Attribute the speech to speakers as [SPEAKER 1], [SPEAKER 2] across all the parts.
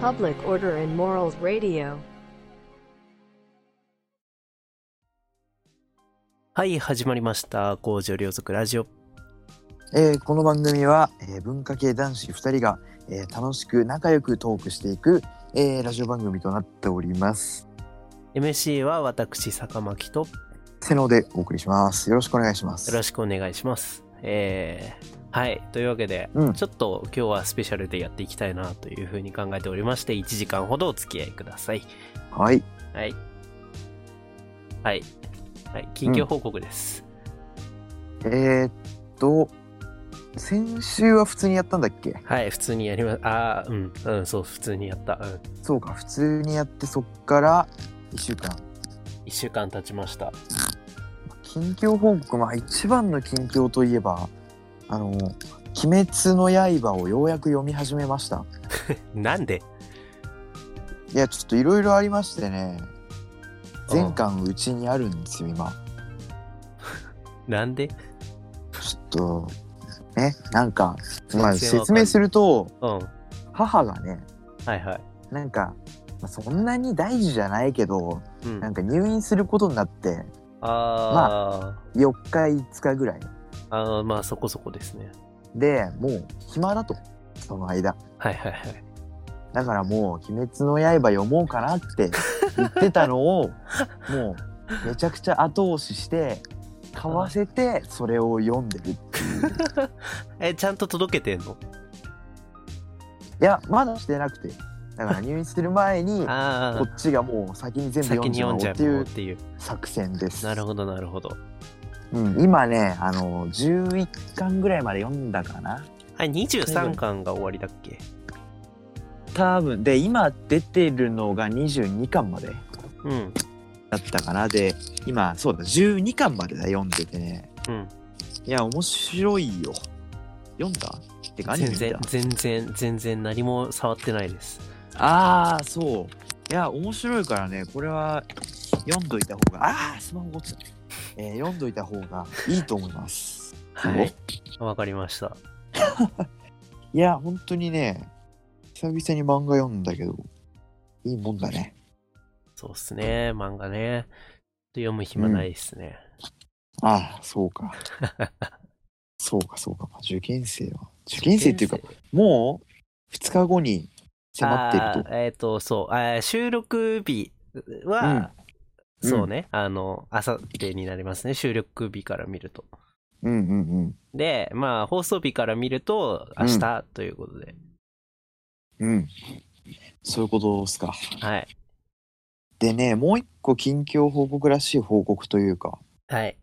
[SPEAKER 1] Public Order and Morals Radio.
[SPEAKER 2] はい、始まりました。工場両族ラジオ。
[SPEAKER 3] えーこの番組は、えー文化系男子2人が、えー楽しく仲良くトークしていく、えーラジオ番組となっております。
[SPEAKER 2] MC は私、坂巻と、
[SPEAKER 3] せのでお送りします。よろしくお願いします。
[SPEAKER 2] よろしくお願いします。えー、はい、というわけで、
[SPEAKER 3] うん
[SPEAKER 2] ちょっと今日はスペシャルでやっていきたいなというふうに考えておりまして、1時間ほどお付き合いください。
[SPEAKER 3] はい。
[SPEAKER 2] はい。はい。はい、緊急報告です。
[SPEAKER 3] えーっと、先週は普通にやったんだっけ
[SPEAKER 2] はい、普通にやりま、あーうん、うん、そう、普通にやった。うん。
[SPEAKER 3] そうか、普通にやってそっから1週間。
[SPEAKER 2] 1週間経ちました。
[SPEAKER 3] 近況報告、まあ一番の近況といえば、あの、鬼滅の刃をようやく読み始めました。
[SPEAKER 2] なんで
[SPEAKER 3] いや、ちょっといろいろありましてね、全巻うちにあるんですよ、今。
[SPEAKER 2] なんで
[SPEAKER 3] ちょっと、ね、なんか、まあ、
[SPEAKER 2] 全然わか
[SPEAKER 3] 説
[SPEAKER 2] んない
[SPEAKER 3] 明すると、
[SPEAKER 2] うん。は
[SPEAKER 3] 母がね、
[SPEAKER 2] いはい。
[SPEAKER 3] なんか、まあそんなに大事じゃないけど、
[SPEAKER 2] うん
[SPEAKER 3] な。んか入院することになって、
[SPEAKER 2] あー。
[SPEAKER 3] 4日、5日ぐらい。
[SPEAKER 2] あーまあそこそこですね
[SPEAKER 3] で、もう、暇だと、その間。
[SPEAKER 2] はいはいはい
[SPEAKER 3] だからもう、鬼滅の刃読もうかなって言ってたのを、もう、めちゃくちゃ後押しして、買わせて、それを読んでる。い
[SPEAKER 2] えちゃんと届けてんの
[SPEAKER 3] や、まだしてなくて。だから入院する前に、
[SPEAKER 2] あ
[SPEAKER 3] こっちがもう先に
[SPEAKER 2] あ
[SPEAKER 3] 全部
[SPEAKER 2] 先
[SPEAKER 3] 読ん
[SPEAKER 2] に
[SPEAKER 3] じゃ
[SPEAKER 2] 読
[SPEAKER 3] お
[SPEAKER 2] ん
[SPEAKER 3] う
[SPEAKER 2] じゃ
[SPEAKER 3] っていうう
[SPEAKER 2] っていう
[SPEAKER 3] 作戦です。
[SPEAKER 2] なるほどなるほど
[SPEAKER 3] うん、今ね、あの、11巻ぐらいまで読んだかな。
[SPEAKER 2] はい23巻が終わりだっけ
[SPEAKER 3] 多分、で、今出てるのが22巻まで
[SPEAKER 2] うん
[SPEAKER 3] だったかな。で、今、そうだ、12巻までだ、読んでてね。
[SPEAKER 2] うん
[SPEAKER 3] いや、面白いよ。読んだってか、アニメ
[SPEAKER 2] 全
[SPEAKER 3] 見た
[SPEAKER 2] 然全然全然何も触ってないです
[SPEAKER 3] ああ、そう。いや、面白いからね、これは読んどいた方が、ああ、スマホ落ちた。えー読んどいた方がいいと思います。
[SPEAKER 2] はいわかりました
[SPEAKER 3] いや、本当にね、久々に漫画読んだけど、いいもんだね。
[SPEAKER 2] そうっすね漫画ね読む暇ないっすね、
[SPEAKER 3] ああ、そうか。 そうか、そうか。まあ受験生は。受験生っていうか、もう2日後に迫ってる
[SPEAKER 2] あーえっ、とそうあー収録日は、
[SPEAKER 3] うん
[SPEAKER 2] そうね、あのあさってになりますね収録日から見ると
[SPEAKER 3] と。うんうんうん。
[SPEAKER 2] で、まあ、放送日から見ると、
[SPEAKER 3] うん
[SPEAKER 2] 明日ということで。
[SPEAKER 3] うん。そういうことですか。
[SPEAKER 2] はい。
[SPEAKER 3] でね、もう一個近況報告らしい報告というか、
[SPEAKER 2] はい。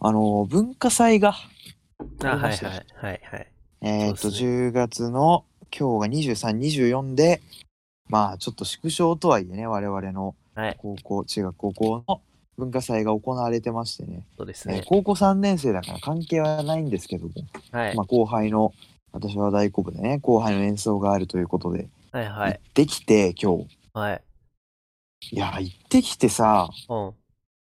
[SPEAKER 3] あの、文化祭が、
[SPEAKER 2] あ、は
[SPEAKER 3] わかり
[SPEAKER 2] い
[SPEAKER 3] ました
[SPEAKER 2] はい。はいはい。
[SPEAKER 3] えっ、
[SPEAKER 2] そ
[SPEAKER 3] と、
[SPEAKER 2] うです
[SPEAKER 3] 10月の今日が23、24で、まあちょっと縮小とはいえね、我々の
[SPEAKER 2] はい
[SPEAKER 3] 高校、中学高校の文化祭が行われてましてね、
[SPEAKER 2] そうです
[SPEAKER 3] えー
[SPEAKER 2] ね。
[SPEAKER 3] 高校3年生だから関係はないんですけども、
[SPEAKER 2] はい
[SPEAKER 3] ま。あ、後輩の私は大鼓部でね後輩の演奏があるということで、
[SPEAKER 2] はいは
[SPEAKER 3] 行
[SPEAKER 2] い。
[SPEAKER 3] ってきて今日
[SPEAKER 2] はい。
[SPEAKER 3] いや行ってきてさ
[SPEAKER 2] うん。は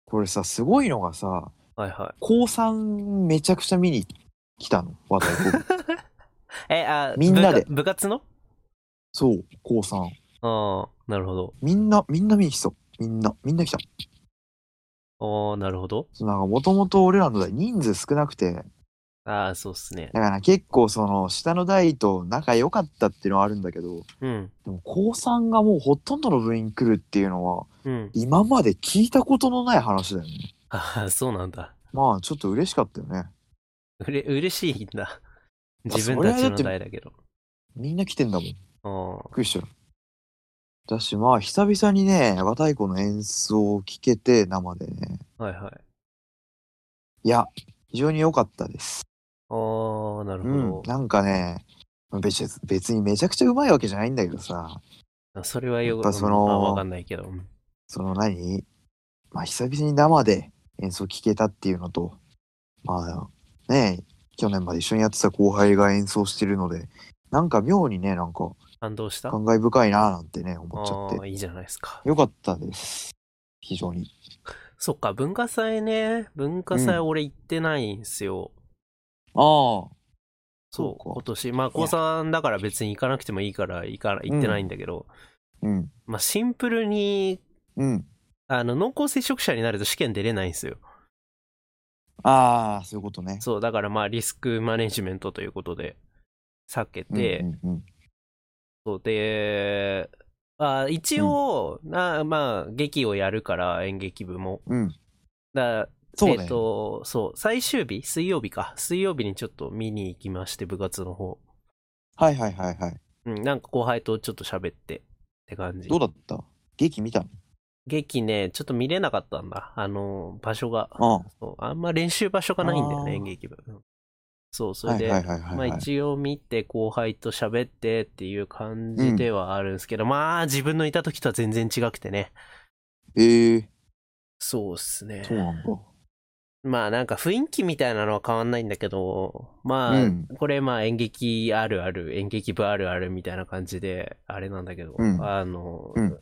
[SPEAKER 3] これさすごいのがさ
[SPEAKER 2] いは
[SPEAKER 3] 高3めちゃくちゃ見に来たの 和太鼓部
[SPEAKER 2] い。え、あ、
[SPEAKER 3] みんなで
[SPEAKER 2] 部部活の
[SPEAKER 3] そう高3
[SPEAKER 2] ああ、なるほど。
[SPEAKER 3] みんなみんな見に来たみんなみんな来た
[SPEAKER 2] おーなるほど。
[SPEAKER 3] そうなんかもともと俺らの代人数少なくて
[SPEAKER 2] ああ、そうっすね。
[SPEAKER 3] だから結構その下の代と仲良かったっていうのはあるんだけど
[SPEAKER 2] うん。
[SPEAKER 3] でも高3がもうほとんどの部員来るっていうのは
[SPEAKER 2] うん。
[SPEAKER 3] 今まで聞いたことのない話だよね
[SPEAKER 2] ああ、そうなんだ。
[SPEAKER 3] まあちょっと嬉しかったよね
[SPEAKER 2] うれ、嬉しいんだ。
[SPEAKER 3] まあ
[SPEAKER 2] 自分た
[SPEAKER 3] それ
[SPEAKER 2] ち
[SPEAKER 3] はだ
[SPEAKER 2] の
[SPEAKER 3] って
[SPEAKER 2] 代だけど。
[SPEAKER 3] みんな来てんだもん。びっ
[SPEAKER 2] うん。
[SPEAKER 3] くりしたよ。だし、まあ、久々にね、和太鼓の演奏を聴けて、生でね。
[SPEAKER 2] はいはい。
[SPEAKER 3] いや、非常に良かったです。
[SPEAKER 2] おーなる
[SPEAKER 3] う
[SPEAKER 2] ほ
[SPEAKER 3] ん
[SPEAKER 2] ど。。
[SPEAKER 3] なんかね、別に別にめちゃくちゃうまいわけじゃないんだけどさ、
[SPEAKER 2] あそれはよ
[SPEAKER 3] やっ
[SPEAKER 2] く、
[SPEAKER 3] ぱその
[SPEAKER 2] まあわかんないけど。うん
[SPEAKER 3] その何まあ、久々に生で演奏聴けたっていうのと、まあ、ね、去年まで一緒にやってた後輩が演奏してるので、なんか妙にね、なんか
[SPEAKER 2] 感動した
[SPEAKER 3] 感慨深いなーなんてね、思っちゃ
[SPEAKER 2] あ
[SPEAKER 3] っ
[SPEAKER 2] あ、いいじゃないですか。
[SPEAKER 3] て。良かったです。非常に。
[SPEAKER 2] そっか、文化祭ね。文化祭俺行ってないんすよ。
[SPEAKER 3] ああ。
[SPEAKER 2] そう、
[SPEAKER 3] そうか
[SPEAKER 2] 今年。まあ、高3だから別に行かなくてもいいから、行か、行ってないんだけど、
[SPEAKER 3] うん。
[SPEAKER 2] まあ、シンプルに、
[SPEAKER 3] うん。
[SPEAKER 2] あの、濃厚接触者になると試験出れないんですよ。
[SPEAKER 3] ああ、そういうことね。
[SPEAKER 2] そう、だからまあ、リスクマネジメントということで、避けて、
[SPEAKER 3] うんうんうん
[SPEAKER 2] そうで、あ一応、なまあ、劇をやるから、演劇部も。
[SPEAKER 3] うん。
[SPEAKER 2] だ
[SPEAKER 3] そう
[SPEAKER 2] えっ
[SPEAKER 3] ね。
[SPEAKER 2] と、そう、最終日、水曜日か。水曜日にちょっと見に行きまして、部活の方。
[SPEAKER 3] はいはいはいはい。
[SPEAKER 2] うん、なんか後輩とちょっと喋ってって感じ
[SPEAKER 3] ど。うだった劇見た
[SPEAKER 2] 劇ね、ちょっと見れなかったんだ。あの、場所が。
[SPEAKER 3] の
[SPEAKER 2] そうあんま練習場所がないんだよ
[SPEAKER 3] あ
[SPEAKER 2] ね、
[SPEAKER 3] ー
[SPEAKER 2] 演劇部。うんそう、
[SPEAKER 3] う
[SPEAKER 2] そ
[SPEAKER 3] ん。は
[SPEAKER 2] れ
[SPEAKER 3] い
[SPEAKER 2] で、
[SPEAKER 3] はいはいはい
[SPEAKER 2] ま
[SPEAKER 3] はい。
[SPEAKER 2] あ一応見て後輩と喋ってっていう感じではあるんですけど、まあ自分のいた時とは全然違くてね。
[SPEAKER 3] ええー、
[SPEAKER 2] そうっすね。
[SPEAKER 3] そうなんだ。
[SPEAKER 2] まあなんか雰囲気みたいなのは変わんないんだけど、まあ、
[SPEAKER 3] うん
[SPEAKER 2] これまあ演劇あるある、演劇部あるあるみたいな感じで、あれなんだけど、
[SPEAKER 3] うん
[SPEAKER 2] あの、
[SPEAKER 3] うん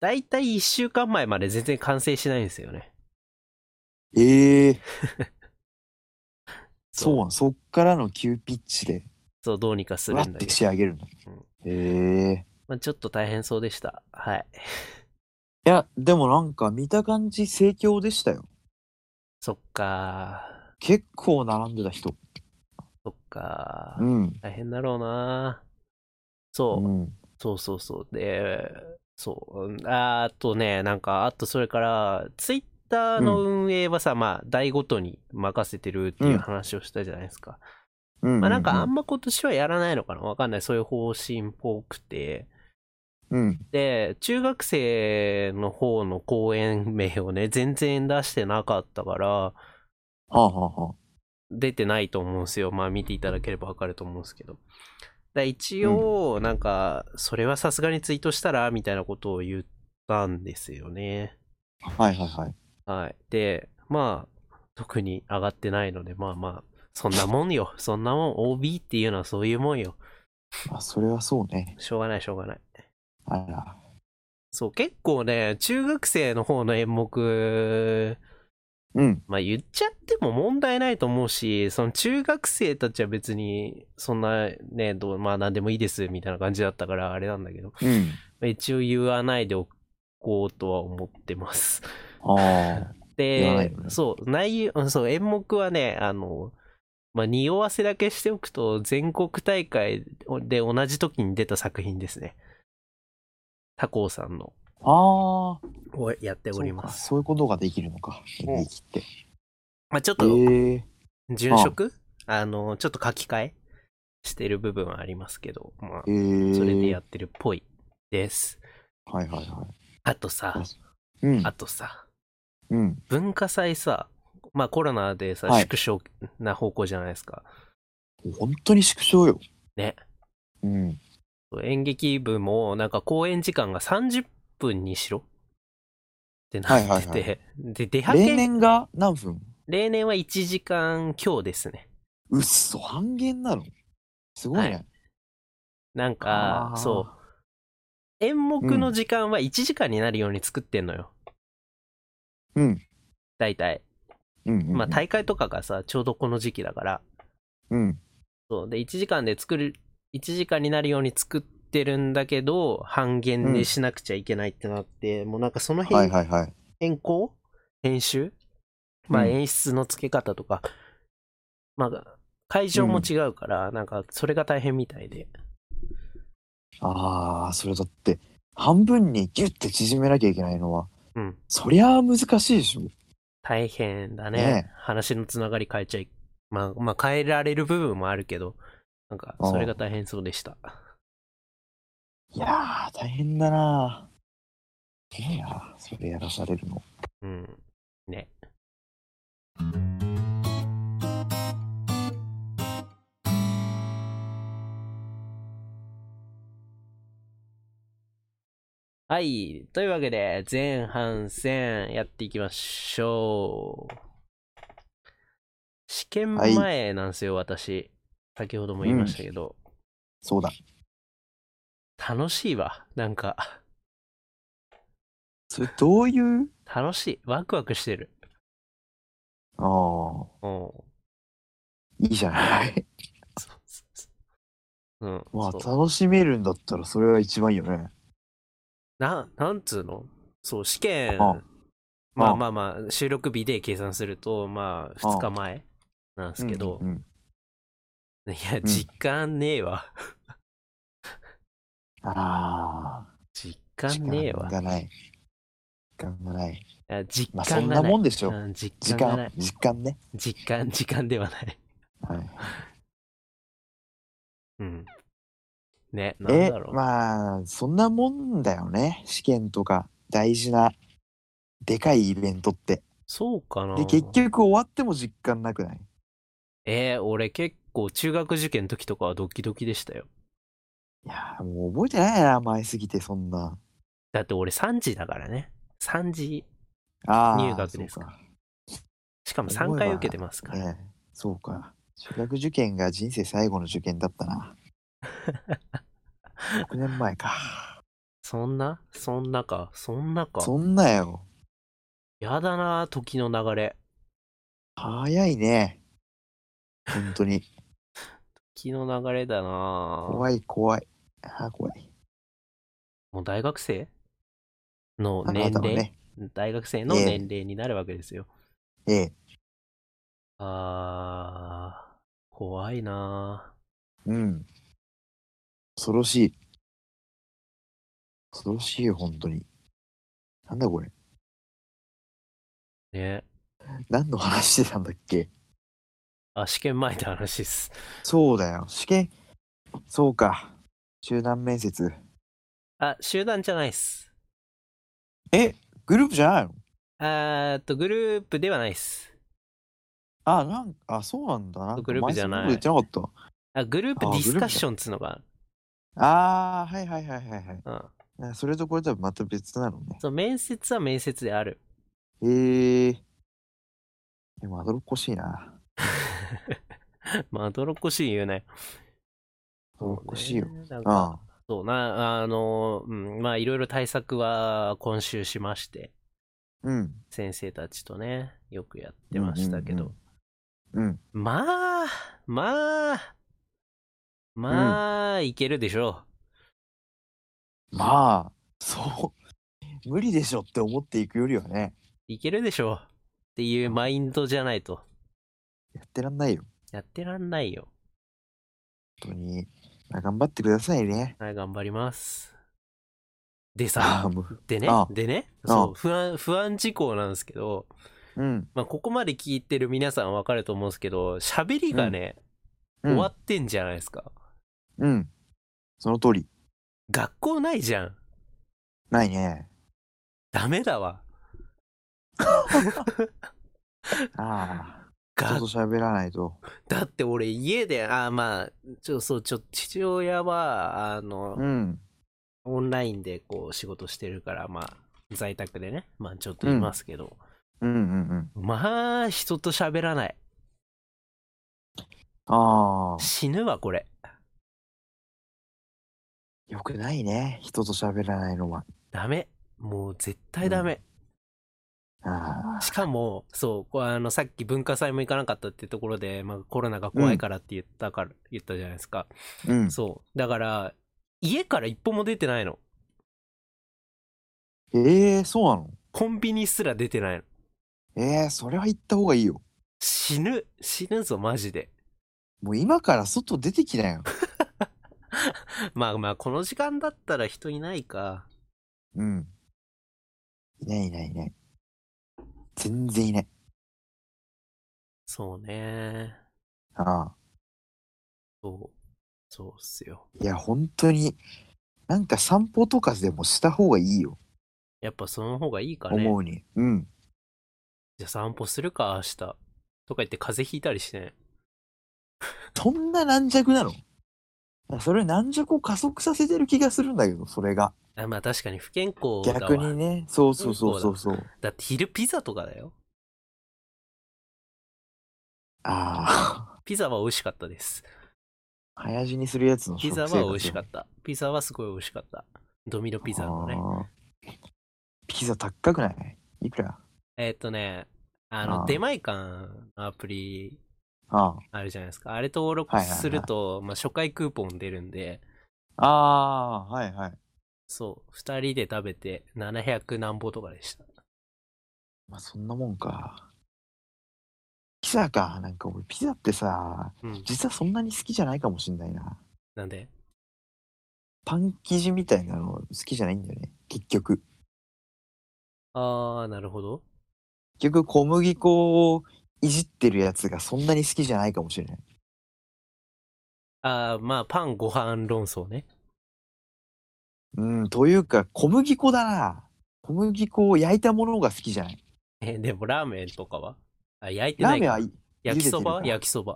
[SPEAKER 2] だいたい1週間前まで全然完成しないんですよね。
[SPEAKER 3] ええー、
[SPEAKER 2] そう
[SPEAKER 3] そうなんそっからの急ピッチで、
[SPEAKER 2] そう、どうにかする
[SPEAKER 3] わっ
[SPEAKER 2] んだけ
[SPEAKER 3] て
[SPEAKER 2] ど、
[SPEAKER 3] 仕上げるの
[SPEAKER 2] うん。
[SPEAKER 3] ええ
[SPEAKER 2] まあ、ちょっと大変そうでした。はい。
[SPEAKER 3] ー。いや、でもなんか見た感じ盛況でしたよ。
[SPEAKER 2] そっか
[SPEAKER 3] 結構並んでた人。
[SPEAKER 2] そっか
[SPEAKER 3] うん。
[SPEAKER 2] 大変だろうな
[SPEAKER 3] う
[SPEAKER 2] そう、
[SPEAKER 3] ん。
[SPEAKER 2] そうそうそう。で、そううん。あとね、なんか、あとそれから、ツイッターの運営はさ、まあ、台ごとに任せてるっていう話をしたじゃないですか。
[SPEAKER 3] うん。
[SPEAKER 2] まあなんか、あんま今年はやらないのかなわかんない。そういう方針っぽくて。
[SPEAKER 3] うん。
[SPEAKER 2] で、中学生の方の講演名をね、全然出してなかったから、
[SPEAKER 3] はあはあはあ。
[SPEAKER 2] 出てないと思うんですよ。まあ見ていただければわかると思うんですけど。だから一応、なんか、それはさすがにツイートしたら、みたいなことを言ったんですよね。
[SPEAKER 3] はいはいはい。
[SPEAKER 2] はい。で、まあ、特に上がってないので、まあまあ、そんなもんよ。 そんなもん、OB っていうのはそういうもんよ。
[SPEAKER 3] まあ、それはそうね。
[SPEAKER 2] しょうがない、しょうがない。
[SPEAKER 3] あら。
[SPEAKER 2] そう、結構ね、中学生の方の演目、
[SPEAKER 3] うん。
[SPEAKER 2] まあ言っちゃっても問題ないと思うし、その中学生たちは別に、そんなね、どうまあ何でもいいですみたいな感じだったからあれなんだけど、ま
[SPEAKER 3] うん。
[SPEAKER 2] あ一応言わないでおこうとは思ってます。
[SPEAKER 3] ああ。言わない
[SPEAKER 2] で
[SPEAKER 3] よ、ね
[SPEAKER 2] そう、内容、うんそう、演目はね、あの、まあ匂わせだけしておくと、全国大会で同じ時に出た作品ですね。他校さんの、
[SPEAKER 3] ああ。
[SPEAKER 2] をやってお
[SPEAKER 3] そ
[SPEAKER 2] り
[SPEAKER 3] う
[SPEAKER 2] ま
[SPEAKER 3] か
[SPEAKER 2] す。
[SPEAKER 3] そういうことができるのか。
[SPEAKER 2] うん
[SPEAKER 3] 演劇って。
[SPEAKER 2] まあちょっ
[SPEAKER 3] ええ
[SPEAKER 2] と、
[SPEAKER 3] ー。
[SPEAKER 2] 殉職あの、ちょっと書き換えしてる部分はありますけど、まあ
[SPEAKER 3] ええ、ー。
[SPEAKER 2] それでやってるっぽいです。
[SPEAKER 3] はいはいは
[SPEAKER 2] あとさ、
[SPEAKER 3] い。うん
[SPEAKER 2] あ。とさ、
[SPEAKER 3] うん。
[SPEAKER 2] 文化祭さ、まあコロナでさ、
[SPEAKER 3] はい
[SPEAKER 2] 縮小な方向じゃないですか。
[SPEAKER 3] 本当に縮小よ。
[SPEAKER 2] ね。
[SPEAKER 3] うん。
[SPEAKER 2] 演劇部も、なんか公演時間が30分にしろってな
[SPEAKER 3] は
[SPEAKER 2] っ
[SPEAKER 3] い
[SPEAKER 2] てて、
[SPEAKER 3] はいは
[SPEAKER 2] で、出派
[SPEAKER 3] 例
[SPEAKER 2] 遣、
[SPEAKER 3] 年が何分
[SPEAKER 2] 例年は1時間強ですね。
[SPEAKER 3] うっそ、半減なのすごい
[SPEAKER 2] は
[SPEAKER 3] ね。
[SPEAKER 2] なんか
[SPEAKER 3] あ、ー
[SPEAKER 2] そう、演目の時間は1時間になるように作ってんのよ。
[SPEAKER 3] うん。
[SPEAKER 2] 大体。
[SPEAKER 3] うんうん。
[SPEAKER 2] まあ大会とかがさ、ちょうどこの時期だから。
[SPEAKER 3] うん。
[SPEAKER 2] そう。で、1時間で作る、1時間になるように作ってるんだけど、半減でしなくちゃいけないってなって、もうなんかその辺、
[SPEAKER 3] はいはいはい。
[SPEAKER 2] 変更編集まあ
[SPEAKER 3] うん
[SPEAKER 2] 演出の付け方とか、まあ会場も違うから、なんかそれが大変みたいで。
[SPEAKER 3] ああ、それだって、半分にギュッて縮めなきゃいけないのは、
[SPEAKER 2] うん。
[SPEAKER 3] そりゃあ難しいでしょ。
[SPEAKER 2] 大変だね。
[SPEAKER 3] ね
[SPEAKER 2] 話のつながり変えちゃい、まあ、まあ変えられる部分もあるけど、なんかそれが大変そうでした。
[SPEAKER 3] いやー、大変だなぁ。いいなぁそれやらされるの。
[SPEAKER 2] うん。ね。はい。というわけで、前半戦やっていきましょう。試験前なんですよ、私。先ほども言いましたけど。
[SPEAKER 3] そうだ。
[SPEAKER 2] 楽しいわ。なんか、
[SPEAKER 3] それどういう
[SPEAKER 2] 楽しい。ワクワクしてる。
[SPEAKER 3] ああ、
[SPEAKER 2] うん。
[SPEAKER 3] いいじゃない。
[SPEAKER 2] そうそううん。
[SPEAKER 3] まあ
[SPEAKER 2] そう
[SPEAKER 3] 楽しめるんだったらそれが一番いいよね。
[SPEAKER 2] な、なんつうのそう、試験、
[SPEAKER 3] あ
[SPEAKER 2] まあまあまあ、収録日で計算すると、まあ、2日前なんですけど
[SPEAKER 3] う、んうんうん
[SPEAKER 2] いや、実感ねえわ。
[SPEAKER 3] あ
[SPEAKER 2] 実
[SPEAKER 3] あ、
[SPEAKER 2] 感ねえわ
[SPEAKER 3] 時。間がない。時間がない。
[SPEAKER 2] いや実
[SPEAKER 3] まあそ
[SPEAKER 2] 感
[SPEAKER 3] ん
[SPEAKER 2] が
[SPEAKER 3] な
[SPEAKER 2] ない。
[SPEAKER 3] もんでしょ。
[SPEAKER 2] うん実
[SPEAKER 3] 時
[SPEAKER 2] 感がな
[SPEAKER 3] 間
[SPEAKER 2] い、。
[SPEAKER 3] 時間ね。
[SPEAKER 2] 実感、 時間ではない。
[SPEAKER 3] はい、
[SPEAKER 2] うん。ね、なん
[SPEAKER 3] え
[SPEAKER 2] だろ、う。
[SPEAKER 3] まあ、そんなもんだよね。試験とか、大事な、でかいイベントって。
[SPEAKER 2] そうかな。
[SPEAKER 3] で、結局終わっても実感なくない
[SPEAKER 2] えー俺結構中学受験の時とかはドキドキでしたよ。
[SPEAKER 3] いやー、もう覚えてないな、前すぎて、そんな。
[SPEAKER 2] だって俺3時だからね。3時。
[SPEAKER 3] ああ、
[SPEAKER 2] 入学ですかしかも3回受けてます
[SPEAKER 3] そう
[SPEAKER 2] か。
[SPEAKER 3] からねえそうか。中学受験が人生最後の受験だったな。6年前か。
[SPEAKER 2] そんなそんなか。そんなか。
[SPEAKER 3] そんなよ。
[SPEAKER 2] やだな、時の流れ。
[SPEAKER 3] 早いね。本 当に。
[SPEAKER 2] 時の流れだな。
[SPEAKER 3] 怖い怖い。あー怖い。
[SPEAKER 2] もう大学生の
[SPEAKER 3] あ
[SPEAKER 2] 年
[SPEAKER 3] なたは
[SPEAKER 2] 齢、
[SPEAKER 3] ね。
[SPEAKER 2] 大学生の
[SPEAKER 3] ええ
[SPEAKER 2] 年齢になるわけですよ。
[SPEAKER 3] ええ。
[SPEAKER 2] あー、怖いな
[SPEAKER 3] うん。恐ろしい。恐ろしいよ、本当に。なんだこれ。
[SPEAKER 2] ーね。
[SPEAKER 3] 何の話してたんだっけ
[SPEAKER 2] あ、試験前って話です。
[SPEAKER 3] そうだよ。試験、そうか。集団面接。
[SPEAKER 2] あ、集団じゃないっす。
[SPEAKER 3] グループじゃないの
[SPEAKER 2] あーっと、グループではないっす。
[SPEAKER 3] あ、なんか、あ、そうなんだ。なんか
[SPEAKER 2] グループじゃない
[SPEAKER 3] 前そんなこと言ってなかっ
[SPEAKER 2] あ、グループデ
[SPEAKER 3] あ
[SPEAKER 2] ィスカッションっつうのが
[SPEAKER 3] た。ああ、はいはいはいはいはい
[SPEAKER 2] ある。うん。
[SPEAKER 3] あ。それとこれとはまた別なのね。
[SPEAKER 2] そう、面接は面接である。
[SPEAKER 3] ええー。でも、まどろっこしいな。
[SPEAKER 2] まどろっこしいよね。
[SPEAKER 3] まどろっこしいよ。
[SPEAKER 2] ね。なんか、
[SPEAKER 3] あ
[SPEAKER 2] そうな、あの、うん、まあ、いろいろ対策は今週しまして。
[SPEAKER 3] あ。うん。
[SPEAKER 2] 先生たちとね、よくやってましたけど。
[SPEAKER 3] うんうん
[SPEAKER 2] まあ、まあ、まあ、いけるでしょ
[SPEAKER 3] まあ、そう。 無理でしょって思っていくよりはね、
[SPEAKER 2] う。いけるでしょう。っていうマインドじゃないと。
[SPEAKER 3] やってらんないよ。
[SPEAKER 2] やってらんないよ。
[SPEAKER 3] 本当に。まあ、頑張ってくださいね。
[SPEAKER 2] はい、頑張ります。で
[SPEAKER 3] ああ、
[SPEAKER 2] さ、
[SPEAKER 3] も
[SPEAKER 2] でね
[SPEAKER 3] あ、
[SPEAKER 2] でね、
[SPEAKER 3] あ
[SPEAKER 2] そう、不安、不安事項なんですけど、
[SPEAKER 3] う。うん。
[SPEAKER 2] まあ、ここまで聞いてる皆さんわかると思うんですけど、喋りがね、
[SPEAKER 3] うん
[SPEAKER 2] 終わってんじゃないですか。
[SPEAKER 3] うん。その通り。
[SPEAKER 2] 学校ないじゃん。
[SPEAKER 3] ないね。
[SPEAKER 2] ダメだわ。
[SPEAKER 3] ああ。ちょっ
[SPEAKER 2] 学
[SPEAKER 3] と喋らないと。
[SPEAKER 2] だって俺家で、あまあ、ちょ、そう、ちょ、父親は、あの
[SPEAKER 3] う、ん。
[SPEAKER 2] オンラインでこう仕事してるから、まあ、在宅でね、まあちょっといますけど、
[SPEAKER 3] うんうんうん。
[SPEAKER 2] まあ、人と喋らない。
[SPEAKER 3] ああ。
[SPEAKER 2] 死ぬわ、これ。
[SPEAKER 3] よくないね。人と喋らないのは。
[SPEAKER 2] ダメ。もう絶対ダメ。
[SPEAKER 3] ああ。
[SPEAKER 2] しかも、そう、こうあの、さっき文化祭も行かなかったってところで、まあコロナが怖いからって言ったから、言ったじゃないですか。
[SPEAKER 3] うん。
[SPEAKER 2] そう。だから、家から一歩も出てないの。
[SPEAKER 3] ええー、そうなの
[SPEAKER 2] コンビニすら出てないの。
[SPEAKER 3] ええー、それは行った方がいいよ。
[SPEAKER 2] 死ぬ。死ぬぞ、マジで。
[SPEAKER 3] もう今から外出てきなよ。
[SPEAKER 2] まあまあ、この時間だったら人いないか。
[SPEAKER 3] うん。いないいないいない。全然いない。
[SPEAKER 2] そうね。
[SPEAKER 3] ああ。
[SPEAKER 2] そう。そうっすよ。
[SPEAKER 3] いや、本当に、なんか散歩とかでもした方がいいよ。
[SPEAKER 2] やっぱその方がいいかね。
[SPEAKER 3] 思うに。うん。
[SPEAKER 2] じゃあ散歩するか、明日。とか言って風邪ひいたりしてね。
[SPEAKER 3] そんな軟弱なのそれ軟弱を加速させてる気がするんだけど、それが。
[SPEAKER 2] あまあ確かに不健康だわ。
[SPEAKER 3] 逆にね。そうそうそうそうそう。
[SPEAKER 2] だって昼ピザとかだよ。
[SPEAKER 3] ああ。
[SPEAKER 2] ピザは美味しかったです。
[SPEAKER 3] 早死にするやつの
[SPEAKER 2] ピ
[SPEAKER 3] 食
[SPEAKER 2] ザ
[SPEAKER 3] 生活
[SPEAKER 2] は美味しかった。ピザはすごい美味しかった。ドミノピザのね。
[SPEAKER 3] あーピザ高くないいくら
[SPEAKER 2] えーっとね、あの、
[SPEAKER 3] あー
[SPEAKER 2] 出前館のアプリ
[SPEAKER 3] あ
[SPEAKER 2] あるじゃないですか。あれ登録すると、まあ、初回クーポン出るんで、
[SPEAKER 3] あー、はいはい。
[SPEAKER 2] そう、二人で食べて700何歩とかでした。
[SPEAKER 3] まあそんなもんか。ピザか。なんか俺ピザってさ、
[SPEAKER 2] うん。
[SPEAKER 3] 実はそんなに好きじゃないかもしんないな。
[SPEAKER 2] なんで
[SPEAKER 3] パン生地みたいなの好きじゃないんだよね。結局。
[SPEAKER 2] あー、なるほど。
[SPEAKER 3] 結局小麦粉をいじってるやつがそんなに好きじゃないかもしれない。
[SPEAKER 2] あー、まあ、パンご飯論争ね。
[SPEAKER 3] うん、というか小麦粉だな。小麦粉を焼いたものが好きじゃない。
[SPEAKER 2] え、でもラーメンとかはあ、焼いて
[SPEAKER 3] ラ
[SPEAKER 2] な
[SPEAKER 3] ー
[SPEAKER 2] い
[SPEAKER 3] メン
[SPEAKER 2] か
[SPEAKER 3] はい
[SPEAKER 2] 焼きそばは
[SPEAKER 3] 茹でてる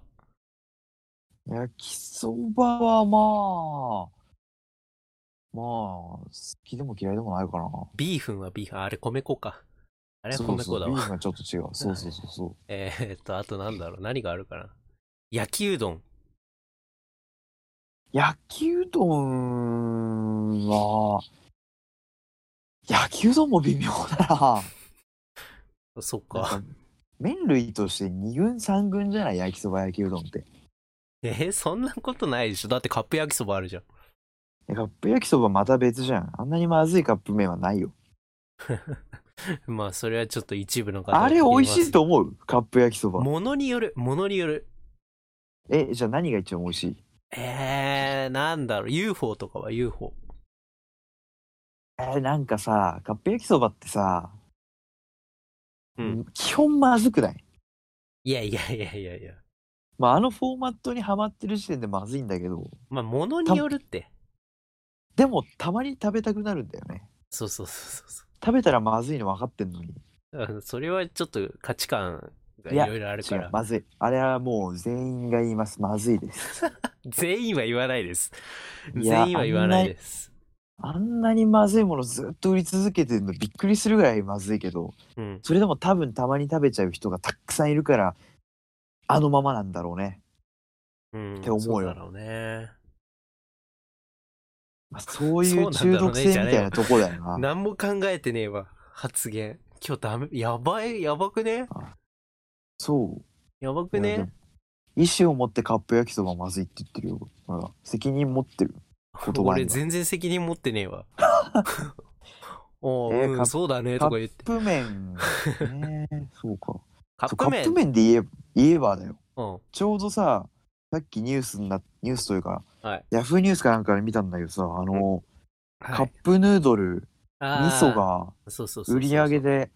[SPEAKER 3] から
[SPEAKER 2] 焼きそば。
[SPEAKER 3] 焼きそばはまあ、まあ、好きでも嫌いでもないかな。
[SPEAKER 2] ビーフンはビーフン。あれ、米粉か。あれは
[SPEAKER 3] そう
[SPEAKER 2] 米粉だ
[SPEAKER 3] そうビー
[SPEAKER 2] わ。
[SPEAKER 3] フンはちょっと違う。そうそうそうそう。
[SPEAKER 2] えー、っと、あとなんだろう。何があるかな。焼きうどん。
[SPEAKER 3] 焼きうどんは、焼きうどんも微妙だ
[SPEAKER 2] そっ
[SPEAKER 3] な。
[SPEAKER 2] か。
[SPEAKER 3] なんか麺類として2軍3軍じゃない焼きそば焼きうどんって。
[SPEAKER 2] えーそんなことないでしょ。だってカップ焼きそばあるじゃん。
[SPEAKER 3] えカップ焼きそばまた別じゃん。あんなにまずいカップ麺はないよ。
[SPEAKER 2] まあ、それはちょっと一部の方
[SPEAKER 3] あれ美味しいと
[SPEAKER 2] 思
[SPEAKER 3] 思うカップ焼きそば。
[SPEAKER 2] ものによる、ものによる。
[SPEAKER 3] え、じゃあ何が一番美味しい
[SPEAKER 2] えー、なんだろう。UFO とかは UFO。
[SPEAKER 3] えーなんかさ、カップ焼きそばってさ、
[SPEAKER 2] うん。
[SPEAKER 3] 基本まずくない、
[SPEAKER 2] いやいやいやいやいや。
[SPEAKER 3] まあ、あのフォーマットにはまってる時点でまずいんだけど、
[SPEAKER 2] まあ、ものによるって。
[SPEAKER 3] でもたまに食べたくなるんだよね。
[SPEAKER 2] そうそうそうそうそう。
[SPEAKER 3] 食べたらまずいの分かってんのに。
[SPEAKER 2] あのそれはちょっと価値観がいろいろある
[SPEAKER 3] 違
[SPEAKER 2] か
[SPEAKER 3] う
[SPEAKER 2] ら、。
[SPEAKER 3] まずい。あれはもう全員が言います。まずいです。
[SPEAKER 2] 全員は言わないです。
[SPEAKER 3] いや
[SPEAKER 2] 全員は言わないです。
[SPEAKER 3] あんなにまずいものずっと売り続けてるのびっくりするぐらいまずいけど、
[SPEAKER 2] うん。
[SPEAKER 3] それでも多分たまに食べちゃう人がたくさんいるから、あのままなんだろうね。
[SPEAKER 2] うん。
[SPEAKER 3] って思うよ
[SPEAKER 2] そうだろうね。
[SPEAKER 3] まあ、そうい
[SPEAKER 2] そう
[SPEAKER 3] う
[SPEAKER 2] なんだろうね
[SPEAKER 3] 中毒性みたい
[SPEAKER 2] じゃねえ
[SPEAKER 3] な
[SPEAKER 2] よ
[SPEAKER 3] とこだよな。
[SPEAKER 2] 何も考えてねえわ。発言。今日ダメ。やばい。やばくね
[SPEAKER 3] そう。
[SPEAKER 2] やばく
[SPEAKER 3] いやでも
[SPEAKER 2] ね
[SPEAKER 3] 意思を持ってカップ焼きそばまずいって言ってるよ。ほら責任持ってる。言葉には
[SPEAKER 2] 俺全然責任持ってねえ わ。おう
[SPEAKER 3] えー
[SPEAKER 2] うん
[SPEAKER 3] カップ
[SPEAKER 2] そうだねとか言って。
[SPEAKER 3] カップ麺、ね、そうか。
[SPEAKER 2] カ
[SPEAKER 3] そ
[SPEAKER 2] ッ
[SPEAKER 3] うカ
[SPEAKER 2] プ
[SPEAKER 3] ッ
[SPEAKER 2] 麺。
[SPEAKER 3] プ麺で言え言えばだよ。
[SPEAKER 2] うん。
[SPEAKER 3] ちょうどさ、さっきニュースにな、ニュースというか、
[SPEAKER 2] はい
[SPEAKER 3] ヤフーニュースかなんかで見たんだけどさ、あの、カ
[SPEAKER 2] は
[SPEAKER 3] ッ
[SPEAKER 2] い
[SPEAKER 3] プヌードル、
[SPEAKER 2] あー
[SPEAKER 3] 味噌が
[SPEAKER 2] そうそうそうそう
[SPEAKER 3] 売り上げで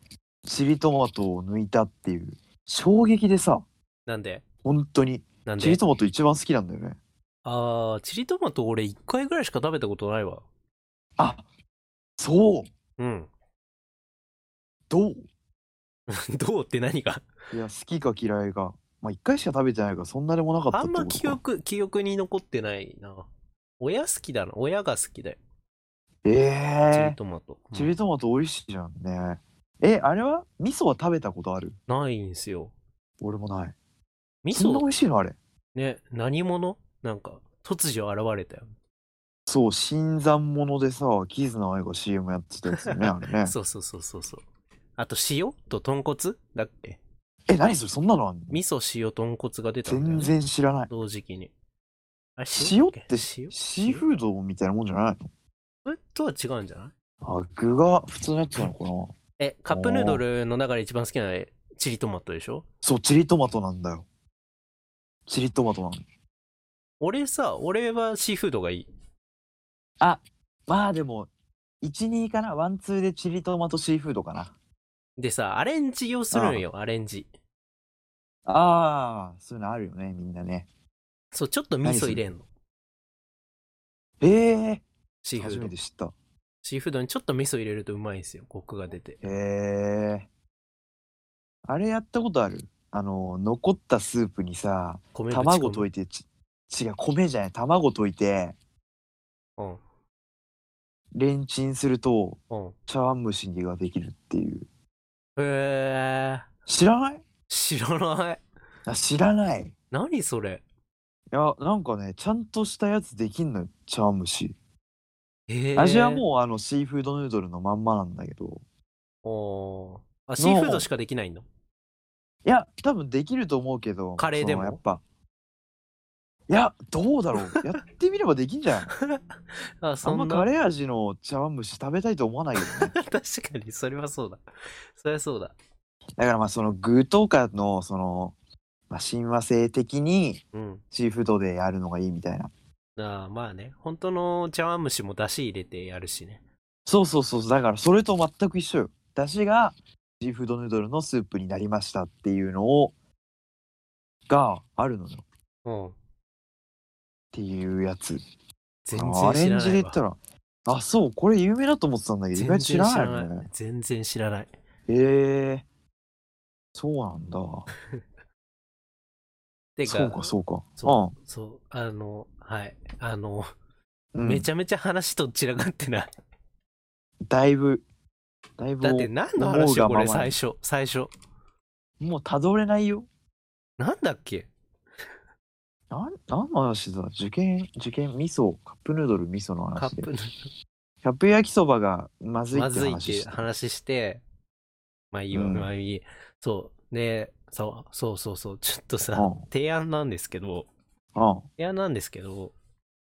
[SPEAKER 3] チリトマトを抜いたっていう、衝撃でさ、
[SPEAKER 2] なんで
[SPEAKER 3] 本当に、
[SPEAKER 2] なん
[SPEAKER 3] チ
[SPEAKER 2] で
[SPEAKER 3] リトマト一番好きなんだよね。
[SPEAKER 2] ああ、チリトマト俺一回ぐらいしか食べたことないわ。
[SPEAKER 3] あ、そう、
[SPEAKER 2] うん。
[SPEAKER 3] どう
[SPEAKER 2] どうって何が
[SPEAKER 3] いや、好きか嫌いか。まあ、一回しか食べてないから、そんなでもなかったっ
[SPEAKER 2] あ
[SPEAKER 3] て
[SPEAKER 2] ん
[SPEAKER 3] ことか。
[SPEAKER 2] ま記憶、記憶に残ってないな。親好きだな。親が好きだよ。
[SPEAKER 3] え
[SPEAKER 2] チ
[SPEAKER 3] え
[SPEAKER 2] リトマト。うん
[SPEAKER 3] チリトマト美味しいじゃんね。え、あれは味噌は食べたことある
[SPEAKER 2] ないんすよ。
[SPEAKER 3] 俺もない。
[SPEAKER 2] 味
[SPEAKER 3] そんな美
[SPEAKER 2] 噌
[SPEAKER 3] 味しいのあれ。
[SPEAKER 2] ね、何者なんか、突如現れたよ。
[SPEAKER 3] そう、新参者でさ、キズナ愛が CM やってたやつよね、あれね。
[SPEAKER 2] そうそうそうそうそう。あと塩と豚骨だっけ
[SPEAKER 3] え、何それそんなのあんの
[SPEAKER 2] 味噌塩豚骨が出たんだよ、
[SPEAKER 3] 全
[SPEAKER 2] ね、
[SPEAKER 3] 然知らない。
[SPEAKER 2] 同時期に。あれ
[SPEAKER 3] 塩っ
[SPEAKER 2] だ
[SPEAKER 3] て
[SPEAKER 2] け
[SPEAKER 3] シ
[SPEAKER 2] 塩
[SPEAKER 3] ーフードみたいなもんじゃない
[SPEAKER 2] 塩とは違うんじゃない
[SPEAKER 3] のあ、具が普通のやつなのかな
[SPEAKER 2] え、カップヌードルの中で一番好きなのはチリトマトでしょ
[SPEAKER 3] そう、チリトマトなんだよ。チリトマトなの。
[SPEAKER 2] 俺さ、俺はシーフードがいい。
[SPEAKER 3] まあでも、1、2かなワン、ツーでチリトマトシーフードかな。
[SPEAKER 2] でさ、アレンジをするんよ、アレンジ。
[SPEAKER 3] ああ、そういうのあるよね、みんなね。
[SPEAKER 2] そう、ちょっと味噌入れんの。
[SPEAKER 3] ええ
[SPEAKER 2] シーフ
[SPEAKER 3] 初め
[SPEAKER 2] ー
[SPEAKER 3] て
[SPEAKER 2] ド。
[SPEAKER 3] 知った。
[SPEAKER 2] シーフードにちょっと味噌入れるとうまいんですよ、コクが出て。
[SPEAKER 3] へえ。あれやったことあるあの、残ったスープにさ、
[SPEAKER 2] 米ぶち込む
[SPEAKER 3] 卵溶いてち、違う、米じゃない、卵溶いて、
[SPEAKER 2] うん。
[SPEAKER 3] レンチンすると、
[SPEAKER 2] うん。
[SPEAKER 3] 茶碗蒸しにができるっていう。
[SPEAKER 2] へえー。
[SPEAKER 3] 知らない
[SPEAKER 2] 知らない。
[SPEAKER 3] あ知らない。い
[SPEAKER 2] 何それ。
[SPEAKER 3] や、なんかね、ちゃんとしたやつできんのよ、茶碗蒸し。
[SPEAKER 2] えー、
[SPEAKER 3] 味はもう、あの、シーフードヌードルのまんまなんだけど、
[SPEAKER 2] おーあ、シーフードしかできないの
[SPEAKER 3] いや、多分できると思うけど、
[SPEAKER 2] カレーでも
[SPEAKER 3] そのやっぱ。いや、どうだろう。やってみればできん じゃん。
[SPEAKER 2] あ、
[SPEAKER 3] あ
[SPEAKER 2] そ
[SPEAKER 3] んま
[SPEAKER 2] ん
[SPEAKER 3] カ
[SPEAKER 2] な。
[SPEAKER 3] レー味の茶碗蒸し食べたいと思わないよね。
[SPEAKER 2] 確かに、それはそうだ。それはそうだ。
[SPEAKER 3] だからまあその具とかの、その、まあ親和性的に
[SPEAKER 2] うん。
[SPEAKER 3] シーフードでやるのがいいみたいな。
[SPEAKER 2] あーまあね、本当の茶碗蒸しも出汁入れてやるしね。
[SPEAKER 3] そうそうそうそう。だからそれと全く一緒よ。だしがシーフードヌードルのスープになりましたっていうのを、があるのよ。っ
[SPEAKER 2] うん。
[SPEAKER 3] ていうやつ。
[SPEAKER 2] 全然
[SPEAKER 3] アレ
[SPEAKER 2] 知
[SPEAKER 3] ン
[SPEAKER 2] ら
[SPEAKER 3] ジ
[SPEAKER 2] な
[SPEAKER 3] で
[SPEAKER 2] い
[SPEAKER 3] 言った
[SPEAKER 2] わ。
[SPEAKER 3] ら、あ、そう、これ有名だと思ってたんだけど、意
[SPEAKER 2] 全
[SPEAKER 3] 外
[SPEAKER 2] 然
[SPEAKER 3] と
[SPEAKER 2] 知
[SPEAKER 3] 知らない
[SPEAKER 2] ら
[SPEAKER 3] の
[SPEAKER 2] な
[SPEAKER 3] ね
[SPEAKER 2] い。。全然知らない。
[SPEAKER 3] へえそうなんだ。
[SPEAKER 2] て
[SPEAKER 3] そうか、そうか。
[SPEAKER 2] そう、そう、あの、はい。あの、
[SPEAKER 3] うん。
[SPEAKER 2] めちゃめちゃ話と散らかってない。
[SPEAKER 3] だいぶ、だいぶ
[SPEAKER 2] だって何の話よ、
[SPEAKER 3] 思う
[SPEAKER 2] こ
[SPEAKER 3] がまま
[SPEAKER 2] れ、
[SPEAKER 3] に
[SPEAKER 2] 最初、最初。
[SPEAKER 3] もうたどれないよ。
[SPEAKER 2] なんだっけ
[SPEAKER 3] なん、なんの話だ受験、受験、味噌、カップヌードル、味噌の
[SPEAKER 2] カ
[SPEAKER 3] 話
[SPEAKER 2] ッ
[SPEAKER 3] で。
[SPEAKER 2] プ
[SPEAKER 3] カップ焼きそばがまずい
[SPEAKER 2] ま
[SPEAKER 3] って
[SPEAKER 2] ずいっ
[SPEAKER 3] 話
[SPEAKER 2] て
[SPEAKER 3] して。
[SPEAKER 2] 話して、まあいいわ、
[SPEAKER 3] うん
[SPEAKER 2] まあいい。そう。で、そう、そうそうそう、ちょっとさ、
[SPEAKER 3] うん
[SPEAKER 2] 提案なんですけど、
[SPEAKER 3] うん、うん。
[SPEAKER 2] 提案なんですけど、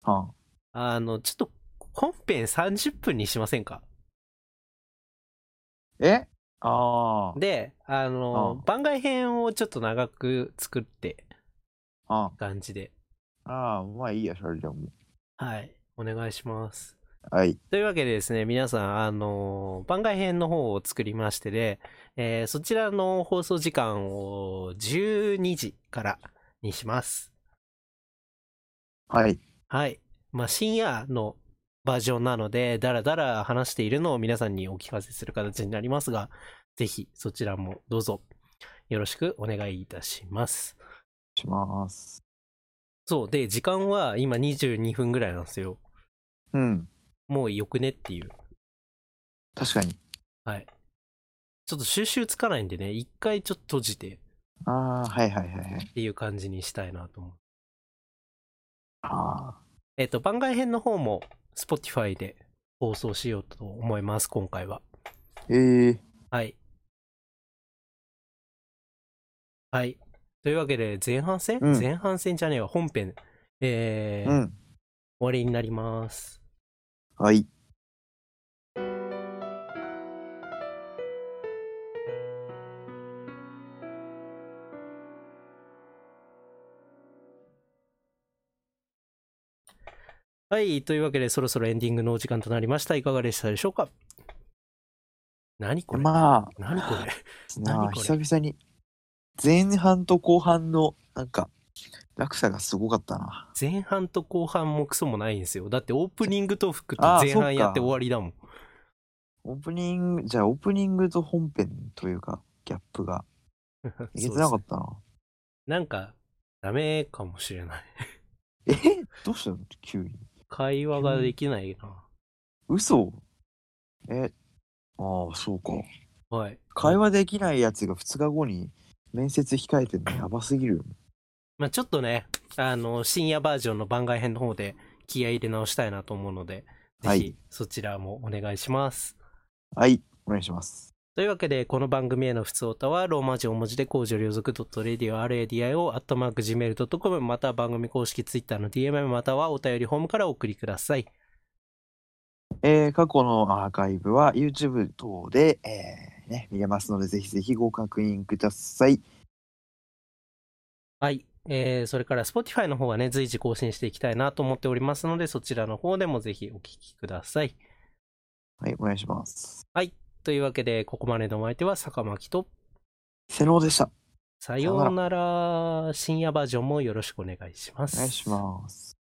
[SPEAKER 2] あの、ちょっと、本編30分にしませんか
[SPEAKER 3] えあ
[SPEAKER 2] で、あの、
[SPEAKER 3] うん
[SPEAKER 2] 番外編をちょっと長く作って、
[SPEAKER 3] あ、あ
[SPEAKER 2] 感じで。
[SPEAKER 3] あ、まあいいや、それでもう。
[SPEAKER 2] はい。お願いします。
[SPEAKER 3] はい。
[SPEAKER 2] というわけでですね、皆さん、あの番外編の方を作りましてで、えーそちらの放送時間を12時からにします。
[SPEAKER 3] はい。
[SPEAKER 2] はい。まあ、深夜のバージョンなので、だらだら話しているのを皆さんにお聞かせする形になりますが、ぜひそちらもどうぞよろしくお願いいたします。
[SPEAKER 3] します。
[SPEAKER 2] そう。で、時間は今22分ぐらいなんですよ。
[SPEAKER 3] うん。
[SPEAKER 2] もうよくねっていう。
[SPEAKER 3] 確かに。
[SPEAKER 2] はい。ちょっと収集つかないんでね、一回ちょっと閉じて、
[SPEAKER 3] ああ、はいはいはいはい
[SPEAKER 2] っ。ていう感じにしたいなと思う。
[SPEAKER 3] あ
[SPEAKER 2] えっ、と、番外編の方も Spotify で放送しようと思います、今回は。
[SPEAKER 3] あ。ええ
[SPEAKER 2] はい。はい。というわけで、前半戦、
[SPEAKER 3] うん
[SPEAKER 2] 前半戦じゃねえわ、本編。えー
[SPEAKER 3] う
[SPEAKER 2] 終
[SPEAKER 3] ん。
[SPEAKER 2] わりになります。
[SPEAKER 3] はい。
[SPEAKER 2] はい。というわけで、そろそろエンディングのお時間となりました。いかがでしたでしょうか何これ、
[SPEAKER 3] まあ、
[SPEAKER 2] 何こ れ
[SPEAKER 3] まあ
[SPEAKER 2] 何これ
[SPEAKER 3] 久々に前半と後半のなんか落差がすごかったな
[SPEAKER 2] 前半と後半もクソもないんですよ。だってオープニングトークって
[SPEAKER 3] あー
[SPEAKER 2] 前
[SPEAKER 3] そっか
[SPEAKER 2] 半やって終わりだもん。
[SPEAKER 3] オープニングじゃあオープニングと本編というかギャップが いけてなか
[SPEAKER 2] そう
[SPEAKER 3] っ
[SPEAKER 2] ですね
[SPEAKER 3] たな、
[SPEAKER 2] なんか、ダメかもしれ ない。
[SPEAKER 3] えどうしたの急に
[SPEAKER 2] 会話ができないな。
[SPEAKER 3] 嘘えああそうか
[SPEAKER 2] はい。
[SPEAKER 3] 会話できないやつが2日後に面接控えてる のやばすぎるよね
[SPEAKER 2] まあちょっとね、あの、深夜バージョンの番外編の方で気合い入れ直したいなと思うので、ぜ
[SPEAKER 3] は
[SPEAKER 2] ひ
[SPEAKER 3] い
[SPEAKER 2] そちらもお願いします。
[SPEAKER 3] はいお願いします
[SPEAKER 2] というわけで、この番組への普通歌は、ローマ字大文字で、工場両族 .radio.radio アットマーク gmail.com または番組公式ツイッターの DM またはお便りホームからお送りください。
[SPEAKER 3] えー過去のアーカイブは YouTube 等で、えーね、見れますのでぜひぜひご確認ください
[SPEAKER 2] はい。えー、それから Spotify の方はね、随時更新していきたいなと思っておりますので、そちらの方でもぜひお聞きください。
[SPEAKER 3] はいお願いします
[SPEAKER 2] というわけで、ここまでのお相手は坂巻と、
[SPEAKER 3] 瀬能でした
[SPEAKER 2] さようなら、深夜バージョンもよろしくお願いします。
[SPEAKER 3] お願いします。